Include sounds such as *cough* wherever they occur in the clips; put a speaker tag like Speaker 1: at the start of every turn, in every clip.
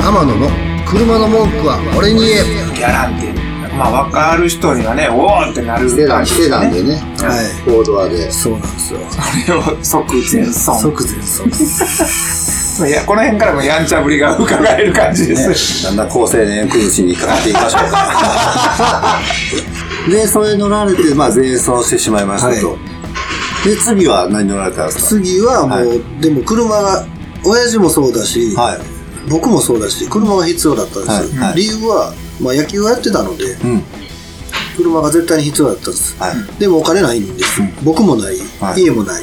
Speaker 1: 天野の車の文句は俺に言え
Speaker 2: ギャランって、まあ、分かる人にはね、おおってなる
Speaker 3: してたんしてたん
Speaker 2: で。
Speaker 3: でね、
Speaker 1: は
Speaker 3: フォードアで
Speaker 1: い。。そうなんですよ。
Speaker 2: それを *laughs* 即全損。
Speaker 1: 即前損です。
Speaker 2: いや、この辺からもやんちゃぶりが伺える感じです。
Speaker 3: だんだん高青年崩しにかかっていきましょ
Speaker 1: *laughs*
Speaker 3: うか。で、それ乗られて、まあ、前走してしまいましたと。
Speaker 1: は
Speaker 3: で、次は何乗られたんです
Speaker 1: 次はもう、でも車が、親父もそうだし、
Speaker 3: かはい。
Speaker 1: 僕もそうだし、車が必要だったんですよ。
Speaker 3: はいはい
Speaker 1: 理由は、まあ野球をやってたので、
Speaker 3: うん。
Speaker 1: 車が絶対に必要だったんです。
Speaker 3: はい。
Speaker 1: でもお金ないんです。
Speaker 3: うん
Speaker 1: 僕もない、
Speaker 3: はい
Speaker 1: 家もない。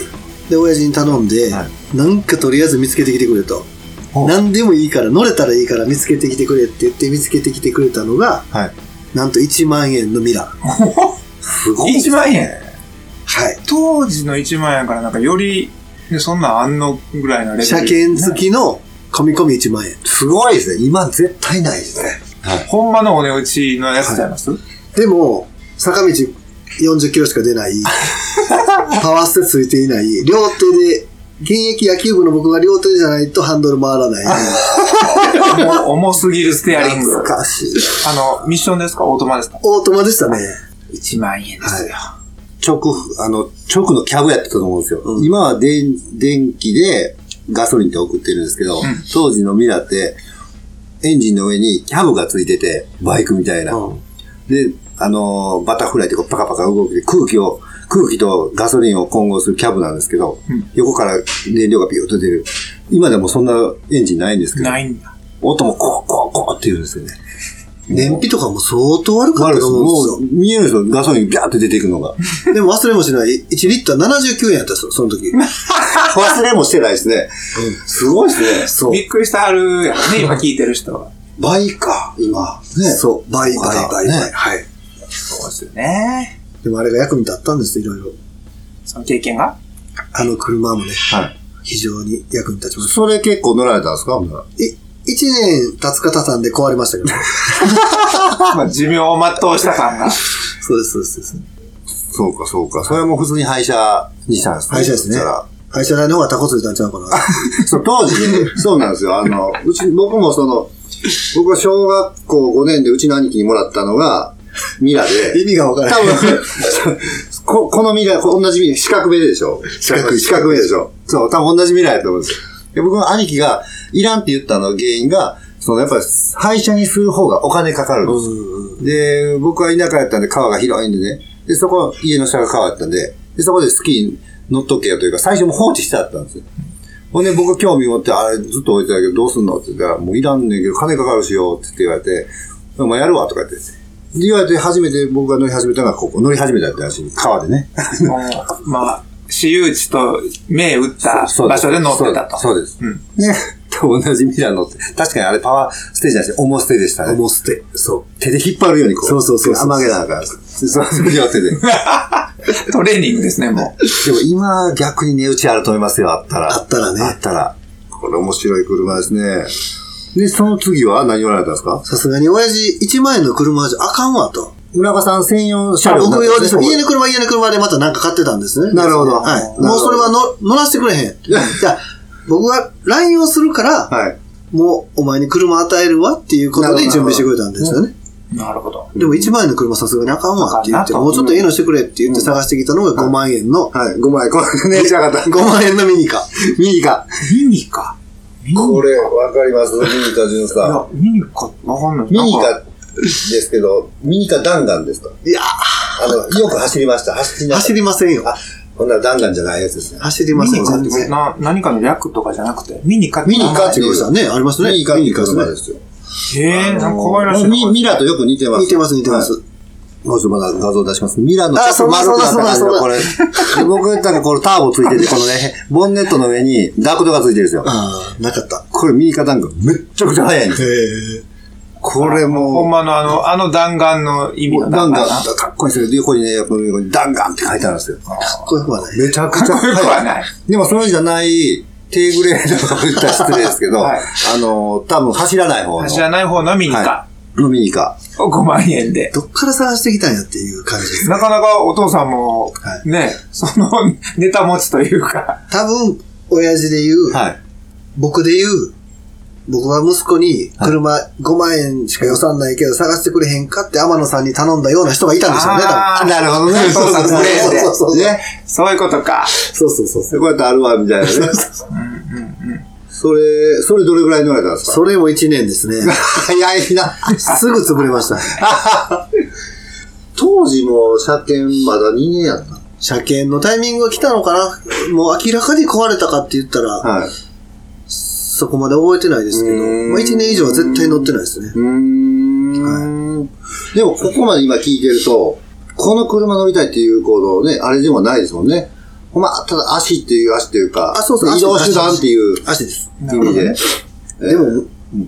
Speaker 1: で、親父に頼んで、
Speaker 3: は
Speaker 1: なんかとりあえず見つけてきてくれと。
Speaker 3: お
Speaker 1: 何でもいいから、乗れたらいいから見つけてきてくれって言って見つけてきてくれたのが、
Speaker 3: はい。
Speaker 1: なんと1万円のミラー。
Speaker 3: すご *laughs* い。
Speaker 2: 1万円。
Speaker 1: はい。
Speaker 2: 当時の1万円からなんかより、ねそんなんあんのぐらいのレベル。
Speaker 1: 車検付きの込み込み1万円。
Speaker 3: すごいですね。今絶対ないですね。はい。
Speaker 2: ほんまのお値打ちのやつちゃいます、
Speaker 1: でも、坂道40キロしか出ない、
Speaker 3: *laughs*
Speaker 1: パワーステついていない、両手で、現役野球部の僕が両手じゃないとハンドル回らない。
Speaker 2: 重 *laughs* 重すぎるステアリング
Speaker 1: 懐。かしい。
Speaker 2: あの、ミッションですかオートマですか
Speaker 1: オートマでしたね。
Speaker 2: ?1 万円ですよ。
Speaker 3: 直、あの、直のキャブやってたと思うんですよ。
Speaker 1: うん
Speaker 3: 今は電、電気でガソリンって送ってるんですけど、当時のミラって、エンジンの上にキャブがついてて、バイクみたいな。
Speaker 1: うん
Speaker 3: で、あのーバタフライとかパカパカ動くて空気を、空気とガソリンを混合するキャブなんですけど、
Speaker 2: うん
Speaker 3: 横から燃料がビューッと出る。今でもそんなエンジンないんですけど、
Speaker 2: ないんだ。
Speaker 3: 音もコーコーコーって言うんですよね。
Speaker 1: 燃費とかも相当悪かった
Speaker 3: 悪いで
Speaker 1: と
Speaker 3: す。
Speaker 1: 思
Speaker 3: も
Speaker 1: うん
Speaker 3: う見えるんですよ。ガソリンビャーって出ていく
Speaker 1: *laughs*
Speaker 3: のが。
Speaker 1: ですよ。でも忘れもしない。1リッター79円やったんですよ、その時。
Speaker 3: 忘れもしてないですね。すごいですね。
Speaker 1: そう。
Speaker 2: びっくりしたはるやろね、今聞いてる人は。
Speaker 3: 倍か、今。ね。
Speaker 1: そう。倍、
Speaker 3: ま
Speaker 1: 倍、
Speaker 3: だ
Speaker 1: 倍、
Speaker 3: ね
Speaker 1: 倍。はい。
Speaker 2: そうですよね。
Speaker 1: でもあれが役に立ったんですよ、いろいろ。
Speaker 2: その経験
Speaker 1: *laughs*
Speaker 2: が
Speaker 1: あの車もね、
Speaker 3: はい。
Speaker 1: 非常に役に立ちまし
Speaker 3: それ結構乗られたんですかほんなら
Speaker 1: た。い一年経つか経たんで壊れましたけど。
Speaker 2: まあ寿命を全うした感
Speaker 1: *laughs*
Speaker 2: が。
Speaker 1: そうです、そうですそうです。
Speaker 3: そうか、そうか。それはもう普通に廃車にしたんですね。
Speaker 1: 廃車ですね
Speaker 3: そしたら
Speaker 1: 会社代の方がタコついたんちゃうかな。
Speaker 3: *laughs* そう、当時ね、そうなんですよ。あの、うち、僕もその、僕は小学校5年でうちの兄貴にもらったのが、ミラで、
Speaker 1: 意味がわから
Speaker 3: 多
Speaker 1: ない。
Speaker 3: 分、 *laughs* ここのミラ、同じミラ、四角目でしょ四角四角目でしょそう、多分同じミラやと思うんですよ。で、僕の兄貴が、いらんって言ったの原因が、その、やっぱり、廃車にする方がお金かかるんですよ
Speaker 1: うんうん
Speaker 3: で、僕は田舎やったんで川が広いんでね。で、そこ、家の下が川やったんで、で、そこでスキーに乗っとけよというか、最初もう放置してあったんですよ。ほんで、僕興味持って、あれずっと置いてたけど、どうすんのって言ったら、もういらんねんけど、金かかるしよ、って言われて、もうやるわ、とか言って。で、言われて、初めて僕が乗り始めたのが、ここ、乗り始めたって話、川でね。
Speaker 2: もう、まあ、私有地と銘打った場所で乗ってたと。
Speaker 3: そうです。
Speaker 2: うん
Speaker 3: ね。と同じミラー乗って。確かにあれパワーステージじゃなくて、重ステでしたね。
Speaker 1: 重捨て。そう。
Speaker 3: 手で引っ張るようにこう。
Speaker 1: そうそうそうそう
Speaker 3: 曲げなあかん。そう、それで
Speaker 1: *laughs*
Speaker 3: 手で。
Speaker 2: トレーニングですね、も
Speaker 3: でも今逆に値打ちあると思いますよ、あったら。
Speaker 1: あったらね
Speaker 3: あったら。これ面白い車ですね。で、その次は何をられたんですか
Speaker 1: さすがに親父1万円の車じゃあかんわと。
Speaker 3: 浦賀さん専用車両
Speaker 1: 僕用です。家の車、家の車でまた何か買ってたんですね。
Speaker 3: なるほど
Speaker 1: は
Speaker 3: なるほ
Speaker 1: い。
Speaker 3: ど
Speaker 1: もうそれはの乗らせてくれへ *laughs* ん。じゃあ、僕が LINE をするから、
Speaker 3: はい。
Speaker 1: もうお前に車与えるわっていうことで準備してくれたんですよね。
Speaker 2: う。なるほど。
Speaker 1: でも1万円の車さすがにあかんわって言って、
Speaker 2: あかん
Speaker 1: も
Speaker 2: なと
Speaker 1: うちょっとええのしてくれって言って探してきたのが5万円の、
Speaker 3: はい、5枚。これ、値打ち上
Speaker 1: *laughs*
Speaker 3: がった。
Speaker 1: 5万円のミニカ。
Speaker 3: ミニカ。
Speaker 2: ミニか。ミニ
Speaker 3: これ、わかりますミニカ淳
Speaker 2: い
Speaker 3: さ
Speaker 2: やミニか、わかんない。
Speaker 3: ん。ミニ
Speaker 2: なんか
Speaker 3: カですけど、ミニカ弾丸ですか
Speaker 1: いや
Speaker 3: あの、よく走りました。走り
Speaker 1: ー、
Speaker 3: な
Speaker 1: 走
Speaker 3: り。
Speaker 1: りませんよ。
Speaker 3: あ、こんなら弾丸じゃないやつですね。
Speaker 1: 走りま
Speaker 2: ミ
Speaker 1: せん
Speaker 2: ニ
Speaker 1: よ。
Speaker 2: カってな何かの略とかじゃなくて、ミニカって
Speaker 3: ミニカって
Speaker 1: 違い
Speaker 3: 言
Speaker 1: ま
Speaker 3: う
Speaker 1: した
Speaker 3: ん
Speaker 1: ね。ありますね。
Speaker 3: ミニカっていう車
Speaker 1: ね
Speaker 3: で。すよ。
Speaker 2: えー、なんか可愛らしいな。
Speaker 3: ミミラとよく似てます。
Speaker 1: 似てます、似てます。
Speaker 3: もうちょっとまだ画像出します。ミラーの
Speaker 1: あ
Speaker 3: ちょっと丸くなった感じの
Speaker 1: そ
Speaker 3: こ
Speaker 1: う
Speaker 3: れ。で僕言ったらこのターボついてて、このね、 *laughs* ボンネットの上にダクトがついてるんですよ。
Speaker 1: ああ、なかった。
Speaker 3: これミニカ弾丸めっちゃくちゃ速いんですよ。
Speaker 1: へえ。
Speaker 3: これ
Speaker 2: ほん
Speaker 3: も
Speaker 2: まのあの、あの弾丸の意味
Speaker 3: う、
Speaker 2: の
Speaker 3: ガ
Speaker 2: 弾
Speaker 3: ンガ
Speaker 2: 丸
Speaker 3: ン
Speaker 2: な。、
Speaker 3: かっこいいですよ。横にね、この横に弾丸って書いてあるんですよ。
Speaker 1: かっこよくはない。
Speaker 3: めちゃくちゃ
Speaker 2: かっこよくはない
Speaker 3: でもそれじゃない、低グレードと言ったら失礼ですけど、
Speaker 2: はい
Speaker 3: あの、多分走らない方の。
Speaker 2: 走らない方のミニカ
Speaker 3: はいのミニカ。
Speaker 2: を5万円で。
Speaker 1: どっから探してきたんやっていう感じです。
Speaker 2: なかなかお父さんも
Speaker 1: は、
Speaker 2: ね、そのネタ持ちというか、
Speaker 1: 多分、親父で言う、
Speaker 3: はい。
Speaker 1: 僕で言う、僕は息子に車5万円しか予算ないけど探してくれへんかって天野さんに頼んだような人がいたんでしょうね、多分
Speaker 2: あー
Speaker 3: なるほどね。
Speaker 2: そうそう
Speaker 1: そ
Speaker 2: そう
Speaker 1: うそうそう
Speaker 3: ね。
Speaker 2: そういうことか。
Speaker 1: そうそうそうそう。
Speaker 3: こうやってあるわ、みたいなね。それ、それどれぐらい乗られたんですか
Speaker 1: それも1年ですね。
Speaker 3: *laughs* 早いな。
Speaker 1: すぐ潰れました。
Speaker 3: 当時も車検まだ2年やった。
Speaker 1: 車検のタイミングが来たのかなもう明らかに壊れたかって言ったら、
Speaker 3: はい。
Speaker 1: そこまで覚えてないですけど、
Speaker 3: うーん
Speaker 1: まあ、1年以上は絶対乗ってないですね。
Speaker 3: うーん。でも、ここまで今聞いてると、この車乗りたいっていう行動ね、あれでもないですもんね。ほんま、ただ足っていう足っていうか、
Speaker 1: あそうそう
Speaker 3: 移動手段っていう
Speaker 1: 足です。
Speaker 3: 意味で。
Speaker 1: でも、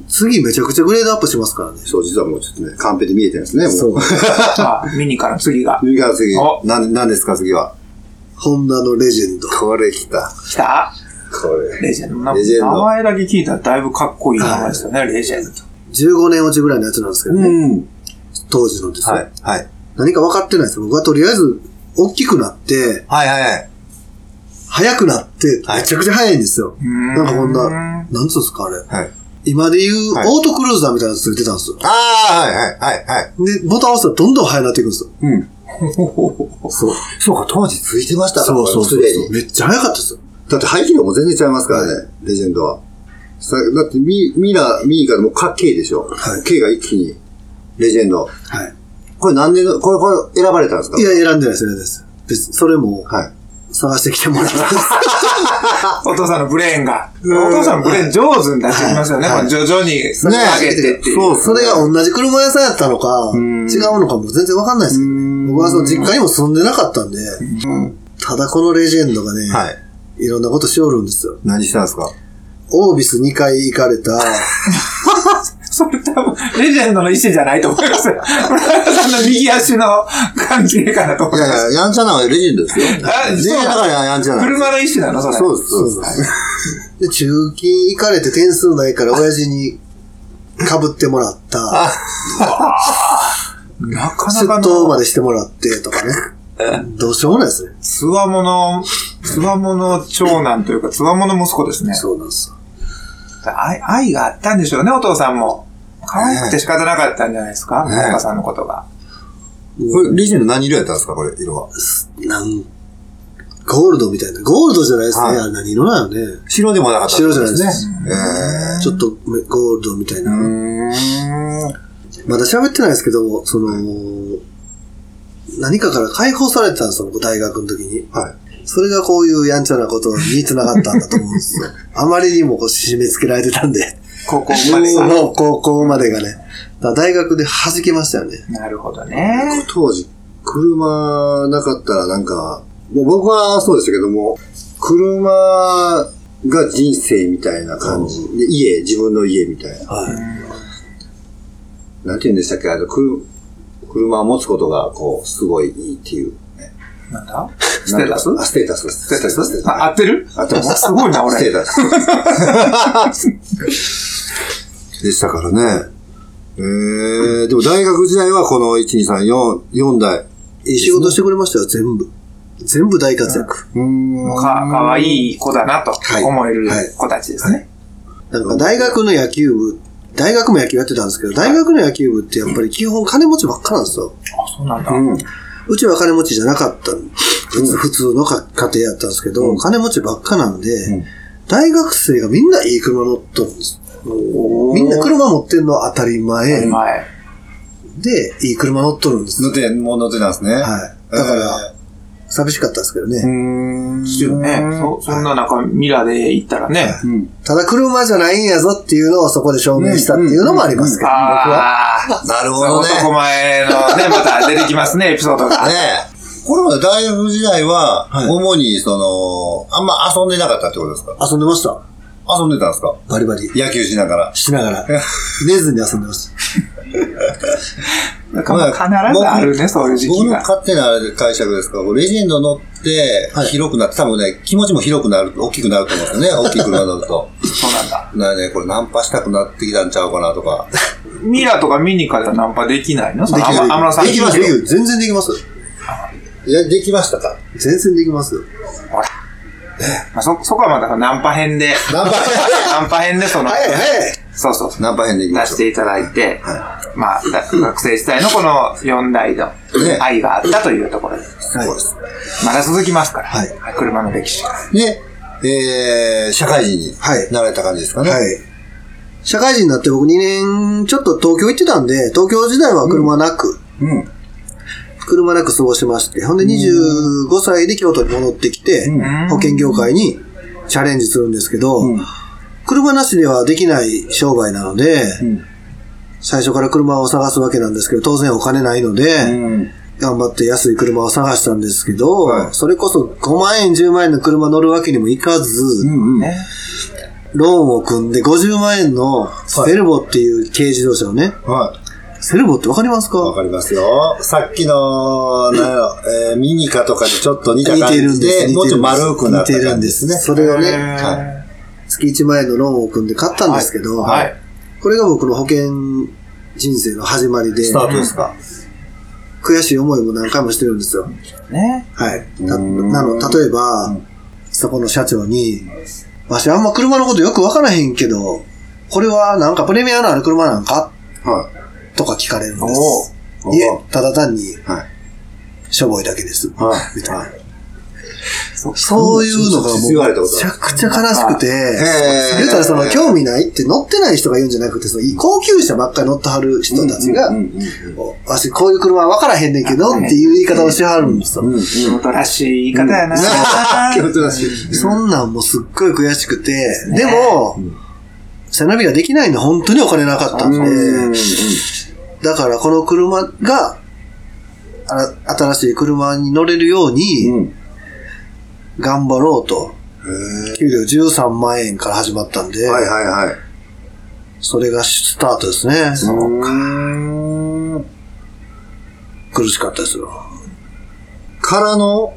Speaker 1: 次めちゃくちゃグレードアップしますからね。
Speaker 3: そう、実はもうちょっとね、カンペで見えてるんですね、もう。
Speaker 1: そう。
Speaker 2: あミニから次が。
Speaker 3: 次が次
Speaker 2: お、
Speaker 3: なんなんですか、次は。
Speaker 1: ホンダのレジェンド。
Speaker 3: これ来た。
Speaker 2: 来た
Speaker 3: これ。
Speaker 2: レジェンド。な
Speaker 3: レジェンド
Speaker 2: 名前だけ聞いたらだいぶかっこいい名前ですよね、レジェンド。
Speaker 1: 15年落ちぐらいのやつなんですけどね。
Speaker 3: うん。
Speaker 1: 当時のですね、
Speaker 3: はい。はい。
Speaker 1: 何か分かってないです。僕はとりあえず、大きくなって、
Speaker 3: はいはいはい。
Speaker 1: 速くなって、
Speaker 3: はい
Speaker 1: めちゃくちゃ速いんですよ。なんかこんな、なんつうんですか、あれ。
Speaker 3: はい。
Speaker 1: 今で言う、
Speaker 3: はい
Speaker 1: オートクルーザーみたいなやつ出てたんですよ。
Speaker 3: ああ、はいはいはいはい。
Speaker 1: で、ボタン押したらどんどん速くなっていくんですよ。
Speaker 3: うん。
Speaker 1: そう。
Speaker 3: そうか、当時ついてましたから
Speaker 1: そうそうそ
Speaker 3: す
Speaker 1: う
Speaker 3: でに。
Speaker 1: めっちゃ速かったですよ。
Speaker 3: だって排気量も全然違いますからね、レジェンドは。さだってミミラ、ミニからもうか K でしょ。
Speaker 1: はい
Speaker 3: K が一気に、レジェンド。
Speaker 1: はい。
Speaker 3: これ何年の、これ、これ選ばれたんですか
Speaker 1: いや、選んでないです、選んでないです。別にそれも、
Speaker 3: はい。
Speaker 1: 探してきても *laughs* らったんです。
Speaker 2: お父さんのブレーンが。お父さんのブレーン上手になってきますよね。
Speaker 1: はい
Speaker 2: まあ徐々に上げてっていう。
Speaker 3: そう
Speaker 1: それが同じ車屋さんやったのか、違
Speaker 3: ん
Speaker 1: うのかも全然わかんないですけどね、僕はその実家にも住んでなかったんで、ただこのレジェンドがね、
Speaker 3: はい。
Speaker 1: いろんなことしおるんですよ。
Speaker 3: 何したんですか
Speaker 1: オービス2回行かれた、
Speaker 2: それ多分、レジェンドの意思じゃないと思います。村田さんの右足の関係かなと思
Speaker 3: い
Speaker 2: いま
Speaker 3: や
Speaker 2: す。
Speaker 3: いや、やんちゃなのはレジェンドですよ。レジェン
Speaker 2: あ
Speaker 3: ドだからやんちゃなの。
Speaker 2: 車の意思なのそれ。
Speaker 3: そうです、そう
Speaker 1: そう
Speaker 3: で。
Speaker 1: ですで中金行かれて点数ないから親父に被ってもらった、
Speaker 2: なかなか
Speaker 1: 出
Speaker 2: の
Speaker 1: 頭までしてもらってとかね、どうしようもないですね。
Speaker 2: つわもの、つわもの長男というか、つわもの息子ですね。
Speaker 1: そうなんですよ。
Speaker 2: 愛、愛があったんでしょうね、お父さんも。可愛くて仕方なかったんじゃないですか、
Speaker 3: ねえ
Speaker 2: 村田さんのことが。
Speaker 3: これ、レジェンド何色やったんですかこれ、色は。
Speaker 1: なんゴールドみたいな。ゴールドじゃないですね。
Speaker 3: はい
Speaker 1: あれ何色なのね。
Speaker 3: 白でもなかったってこと
Speaker 1: 白じゃないです
Speaker 3: ね。え
Speaker 1: ちょっとゴールドみたいな。
Speaker 3: ーうーん。
Speaker 1: まだ喋ってないですけど、その、何かから解放されてたんですよ、僕大学の時に。
Speaker 3: はい。
Speaker 1: それがこういうやんちゃなことに繋がったんだと思うんですよ。あまりにもこう締め付けられてたんで。
Speaker 2: 高校
Speaker 1: そ
Speaker 2: までが。
Speaker 1: の高校までがね。だから大学で弾けましたよね。
Speaker 2: なるほどね。
Speaker 3: 当時、車なかったらなんか、もう僕はそうでしたけども、車が人生みたいな感じ。で家、自分の家みたいな。
Speaker 1: は
Speaker 3: なんて言うんでしたっけあの、くる車を持つことが、こう、すごいいいっていうね。
Speaker 2: なんだステータス
Speaker 3: なんかあステータスです。
Speaker 2: ステータス
Speaker 3: ステー
Speaker 2: あ合
Speaker 3: タ
Speaker 2: ってる
Speaker 3: 合ってます
Speaker 2: すごいな、
Speaker 3: ス。ス
Speaker 2: 俺
Speaker 3: テ。ー *laughs* タス。でしたからね。えー、でも大学時代はこの1、2、3、4、4台。
Speaker 1: い。いい仕事してくれましたよ、全部。全部大活躍。
Speaker 3: うーん
Speaker 2: か、かわいい子だなと
Speaker 1: はい
Speaker 2: 思える
Speaker 1: はい
Speaker 2: 子たちですね。
Speaker 1: なんか大学の野球部、大学も野球やってたんですけど、大学の野球部ってやっぱり基本金持ちばっかなんですよ。
Speaker 2: あ、そうなんだ。
Speaker 3: うん。
Speaker 1: うちは金持ちじゃなかったん普通普通のか家庭やったんですけど、
Speaker 3: うん
Speaker 1: 金持ちばっかなんで、
Speaker 3: うん
Speaker 1: 大学生がみんないい車乗っとるんです。
Speaker 2: おー
Speaker 1: みんな車持ってんのは当たり前
Speaker 2: 前。
Speaker 1: で、いい車乗っとるんです。
Speaker 3: 乗
Speaker 1: は
Speaker 3: って、もう乗ってたんですね。
Speaker 1: い。だか
Speaker 3: え
Speaker 1: ら、寂しかったですけどね。
Speaker 3: ん
Speaker 2: ですよね。そ、そんな中、ミラで行ったらね。
Speaker 3: うん。
Speaker 1: ただ車じゃないんやぞっていうのをそこで証明したっていうのもありますけど、僕は。
Speaker 2: ああ。
Speaker 3: なるほ
Speaker 2: そう
Speaker 3: どね。
Speaker 2: 男前のね、また出てきますね、エピソードが。
Speaker 3: ねえ。これまで大学時代は、主にその、あんま遊んでなかったってことですか
Speaker 1: 遊んでました。
Speaker 3: 遊んでたんですか
Speaker 1: バリバリ。
Speaker 3: 野球しながら。
Speaker 1: しながら。寝ずに遊んでました。
Speaker 2: なんかまあ必ずあるね、そういう時
Speaker 3: 僕
Speaker 2: 期
Speaker 3: の
Speaker 2: が。
Speaker 3: 勝手な解釈ですかレジェンド乗って
Speaker 1: はい、
Speaker 3: 広くなって、多分ね、気持ちも広くなる、大きくなると思うんで
Speaker 1: *laughs*
Speaker 3: すよね。大きい車乗ると。
Speaker 2: そうなんだ。
Speaker 3: なね、これナンパしたくなってきたんちゃうかなとか。
Speaker 2: ミラとかミニカではナンパできないの
Speaker 1: でき
Speaker 2: その天野さん
Speaker 1: できますよ。全然できますよ。
Speaker 3: いや、できましたか
Speaker 1: 全然できますよ。
Speaker 2: まあそ、そこはまたナンパ編で。
Speaker 3: ナンパ
Speaker 2: ナンパ編でその、
Speaker 1: 早い早い。
Speaker 2: そうそうそう。
Speaker 3: ナンパ編でいきま
Speaker 2: 出
Speaker 3: しょ
Speaker 2: し
Speaker 3: う。
Speaker 2: ていただいて、
Speaker 3: は
Speaker 2: まあ、だ学生時代のこの4代の
Speaker 3: ね
Speaker 2: 愛があったというところです。
Speaker 1: はい
Speaker 3: そうです。
Speaker 2: まだ続きますから、
Speaker 1: はい
Speaker 2: はい車の歴史が。
Speaker 3: で、えー、社会人に
Speaker 1: はい
Speaker 3: なられた感じですかね。
Speaker 1: はい。社会人になって僕2年ちょっと東京行ってたんで、東京時代は車なく、
Speaker 3: うん。
Speaker 1: 車なく過ごしてまして、ほんで25歳で京都に戻ってきて、
Speaker 3: うん
Speaker 1: 保険業界にチャレンジするんですけど、
Speaker 3: うん。
Speaker 1: 車なしではできない商売なので、
Speaker 3: うん
Speaker 1: 最初から車を探すわけなんですけど、当然お金ないので、
Speaker 3: うん。
Speaker 1: 頑張って安い車を探したんですけど、
Speaker 3: はい
Speaker 1: それこそ5万円、10万円の車乗るわけにもいかず、
Speaker 3: うん。うん。
Speaker 2: ね。
Speaker 1: ローンを組んで50万円のセルボっていう軽自動車をね、
Speaker 3: はい。
Speaker 1: セルボってわかります
Speaker 3: わ
Speaker 1: か
Speaker 3: かりますよ。さっきの、なんやろ、えーミニカとかにちょっと似た
Speaker 1: 似
Speaker 3: 感
Speaker 1: てるん
Speaker 3: じ
Speaker 1: です。
Speaker 3: で、
Speaker 1: 似
Speaker 3: もうち
Speaker 1: て
Speaker 3: ょ
Speaker 1: る
Speaker 3: っと丸くなった
Speaker 1: 似てる
Speaker 3: 感
Speaker 1: んで
Speaker 3: じですす
Speaker 1: ね。
Speaker 3: ね。
Speaker 1: それを
Speaker 2: へ
Speaker 1: ね、
Speaker 2: ー
Speaker 3: は
Speaker 1: 月1万円のローンを組んで買ったんですけど、
Speaker 2: はい。
Speaker 1: これが僕の保険人生の始まりで
Speaker 3: ス、タートですか。
Speaker 1: 悔しい思いも何回もしてるんですよ。
Speaker 2: ね。
Speaker 1: はい。た
Speaker 3: うん
Speaker 1: なの、例えば、そこの社長に、わしあんま車のことよくわからへんけど、これはなんかプレミアのある車なんか
Speaker 3: は
Speaker 1: とか聞かれるんで
Speaker 2: お
Speaker 1: す。いえ、ただ単に、
Speaker 3: はい。
Speaker 1: しょぼいだけです。
Speaker 3: はい。
Speaker 1: みたいな。そういうのが
Speaker 3: 実言わ
Speaker 1: も
Speaker 3: れ
Speaker 1: う、
Speaker 3: たこ
Speaker 1: め
Speaker 3: と
Speaker 1: ちゃくちゃ悲しくて、
Speaker 3: へ
Speaker 1: 言うたらその、
Speaker 3: 日
Speaker 1: 興味ないって乗ってない人が言うんじゃなくて、その高級車ばっかり乗ってはる人たちが、
Speaker 3: うんうん
Speaker 1: わしこういう車わからへんねんけどっていう言い方をしはるんですよ。
Speaker 3: うん。うん。
Speaker 2: 仕事らしい言い方やな。
Speaker 3: 気持ちらしい。
Speaker 1: そんなんもすっごい悔しくて、でも、背伸びができないんで本当にお金なかったん
Speaker 3: うん
Speaker 1: で、だからこの車が、あら新しい車に乗れるよう
Speaker 3: う
Speaker 1: に
Speaker 3: ん。
Speaker 1: 頑張ろうと、
Speaker 3: へ
Speaker 1: 給料13万円から始まったんで
Speaker 3: ー、はいはいはい。
Speaker 1: それがスタートですね。
Speaker 3: うーん。
Speaker 1: 苦しかったですよ。
Speaker 3: からの、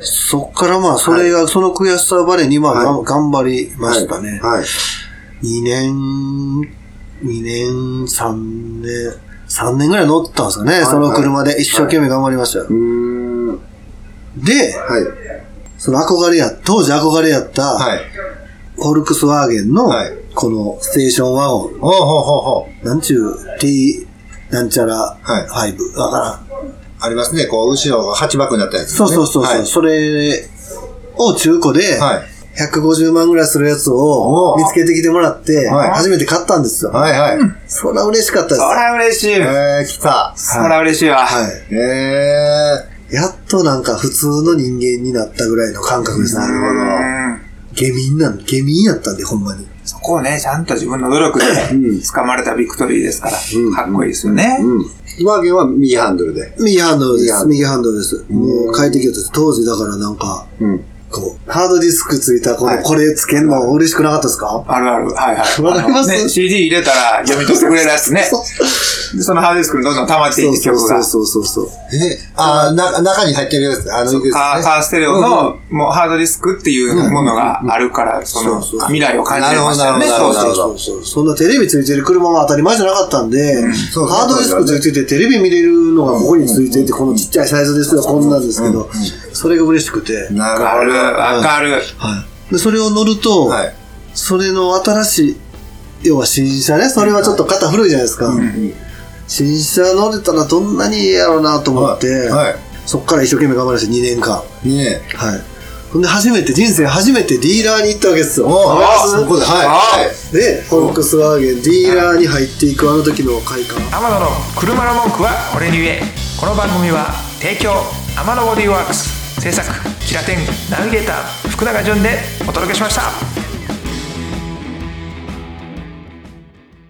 Speaker 1: そっからまあ、それが、その悔しさをバネに、まあ、
Speaker 3: はい
Speaker 1: がん頑張りましたね。
Speaker 3: はい。はい
Speaker 1: 2年、2年、3年、3年ぐらい乗ったんですかね、
Speaker 3: い
Speaker 1: その車で。一生懸命頑張りましたよ。
Speaker 3: うーん。は
Speaker 1: で、
Speaker 3: い。
Speaker 1: その憧れや、当時憧れやった、
Speaker 3: はい。
Speaker 1: フォルクスワーゲンの
Speaker 3: はい、
Speaker 1: このステーションワゴン、
Speaker 3: ほうほうほうほう。
Speaker 1: なんちゅう、T、なんちゃら、
Speaker 3: はい
Speaker 1: 5、わからん。
Speaker 3: ありますね。こう、後ろがハッチバックになったやつです
Speaker 1: そ
Speaker 3: ね。
Speaker 1: うそうそう、
Speaker 3: は
Speaker 1: そ。
Speaker 3: いう
Speaker 1: それを中古で、
Speaker 3: はい。
Speaker 1: 150万ぐらいするやつ
Speaker 3: お
Speaker 1: を
Speaker 3: ー
Speaker 1: 見つけてきてもらって、
Speaker 3: はい
Speaker 1: 初めて買ったんですよ。
Speaker 3: はいはい。
Speaker 1: そりゃ嬉しかったです。
Speaker 2: そ
Speaker 1: は
Speaker 2: ら嬉しい。
Speaker 3: えー、来た。
Speaker 2: そら嬉しいわ。
Speaker 1: い。
Speaker 3: えー。
Speaker 1: やっとなんか普通の人間になったぐらいの感覚ですね。
Speaker 3: なるほど
Speaker 2: うん
Speaker 1: 下民なん、下民やったんで、ほんまに。
Speaker 2: そこをね、ちゃんと自分の努力で
Speaker 3: うん
Speaker 2: 掴まれたビクトリーですから
Speaker 3: う、ん
Speaker 2: かっこいいですよね。
Speaker 3: うん。ワーゲンは右ハンドルで。
Speaker 1: 右ハンドルで
Speaker 3: 右ハン
Speaker 1: す。
Speaker 3: ドル
Speaker 1: 右ハンドルです。もう快適だったです。当時だからなんか、
Speaker 3: うん。
Speaker 1: こう、ハードディスクついたこ
Speaker 2: は
Speaker 1: の、
Speaker 2: い
Speaker 1: これつけんの嬉しくなかったですか
Speaker 2: あるある。はいはい。
Speaker 1: わかります
Speaker 2: あのね CD 入れたら読み取ってくれるやつね。
Speaker 1: そう
Speaker 2: でそのハードディスクにどんどん溜まってい
Speaker 1: そう
Speaker 2: く
Speaker 1: そう
Speaker 2: 曲
Speaker 1: そ
Speaker 2: が
Speaker 1: う。そうそうそう。
Speaker 3: え、あー、な、中に入ってるやつ、あの、いくつね
Speaker 2: カーカーステレオの、もうハードディスクっていうものがあるから、その
Speaker 1: そうそう
Speaker 2: 未来を感じれましたよね。
Speaker 3: なる
Speaker 2: そう
Speaker 3: ほどなるほどなるほど
Speaker 2: そ
Speaker 1: そうそうそ
Speaker 2: う
Speaker 1: う。そんなテレビついてる車は当たり前じゃなかったんで、
Speaker 3: そう
Speaker 1: ハードディスクついててテレビ見れるのがここについてて、このちっちゃいサイズですよ、こんなんですけど、それが嬉しくて。
Speaker 3: な
Speaker 2: わかる、
Speaker 3: る
Speaker 2: わかる。
Speaker 1: はい。で、それを乗ると、
Speaker 3: ほど。はい。
Speaker 1: それの新しい、要は新車ね、それはちょっと肩古いじゃないですか。新車乗れたらどんなにいいやろうなと思って、
Speaker 3: はい。
Speaker 1: そっから一生懸命頑張りました、2年間。は
Speaker 3: ねえ。
Speaker 1: い。ほんで初めて、人生初めてディーラーに行ったわけですよ。
Speaker 3: お
Speaker 1: わかります
Speaker 3: そこで、はい。
Speaker 2: あ
Speaker 3: はい。
Speaker 1: で、フォルクスワーゲン、ディーラーに入っていくあの時の快感。
Speaker 2: 天野の車の文句は俺に言え。この番組は提供、天野ボディーワークス、制作、キラテン、ナビゲーター、福永潤でお届けしました。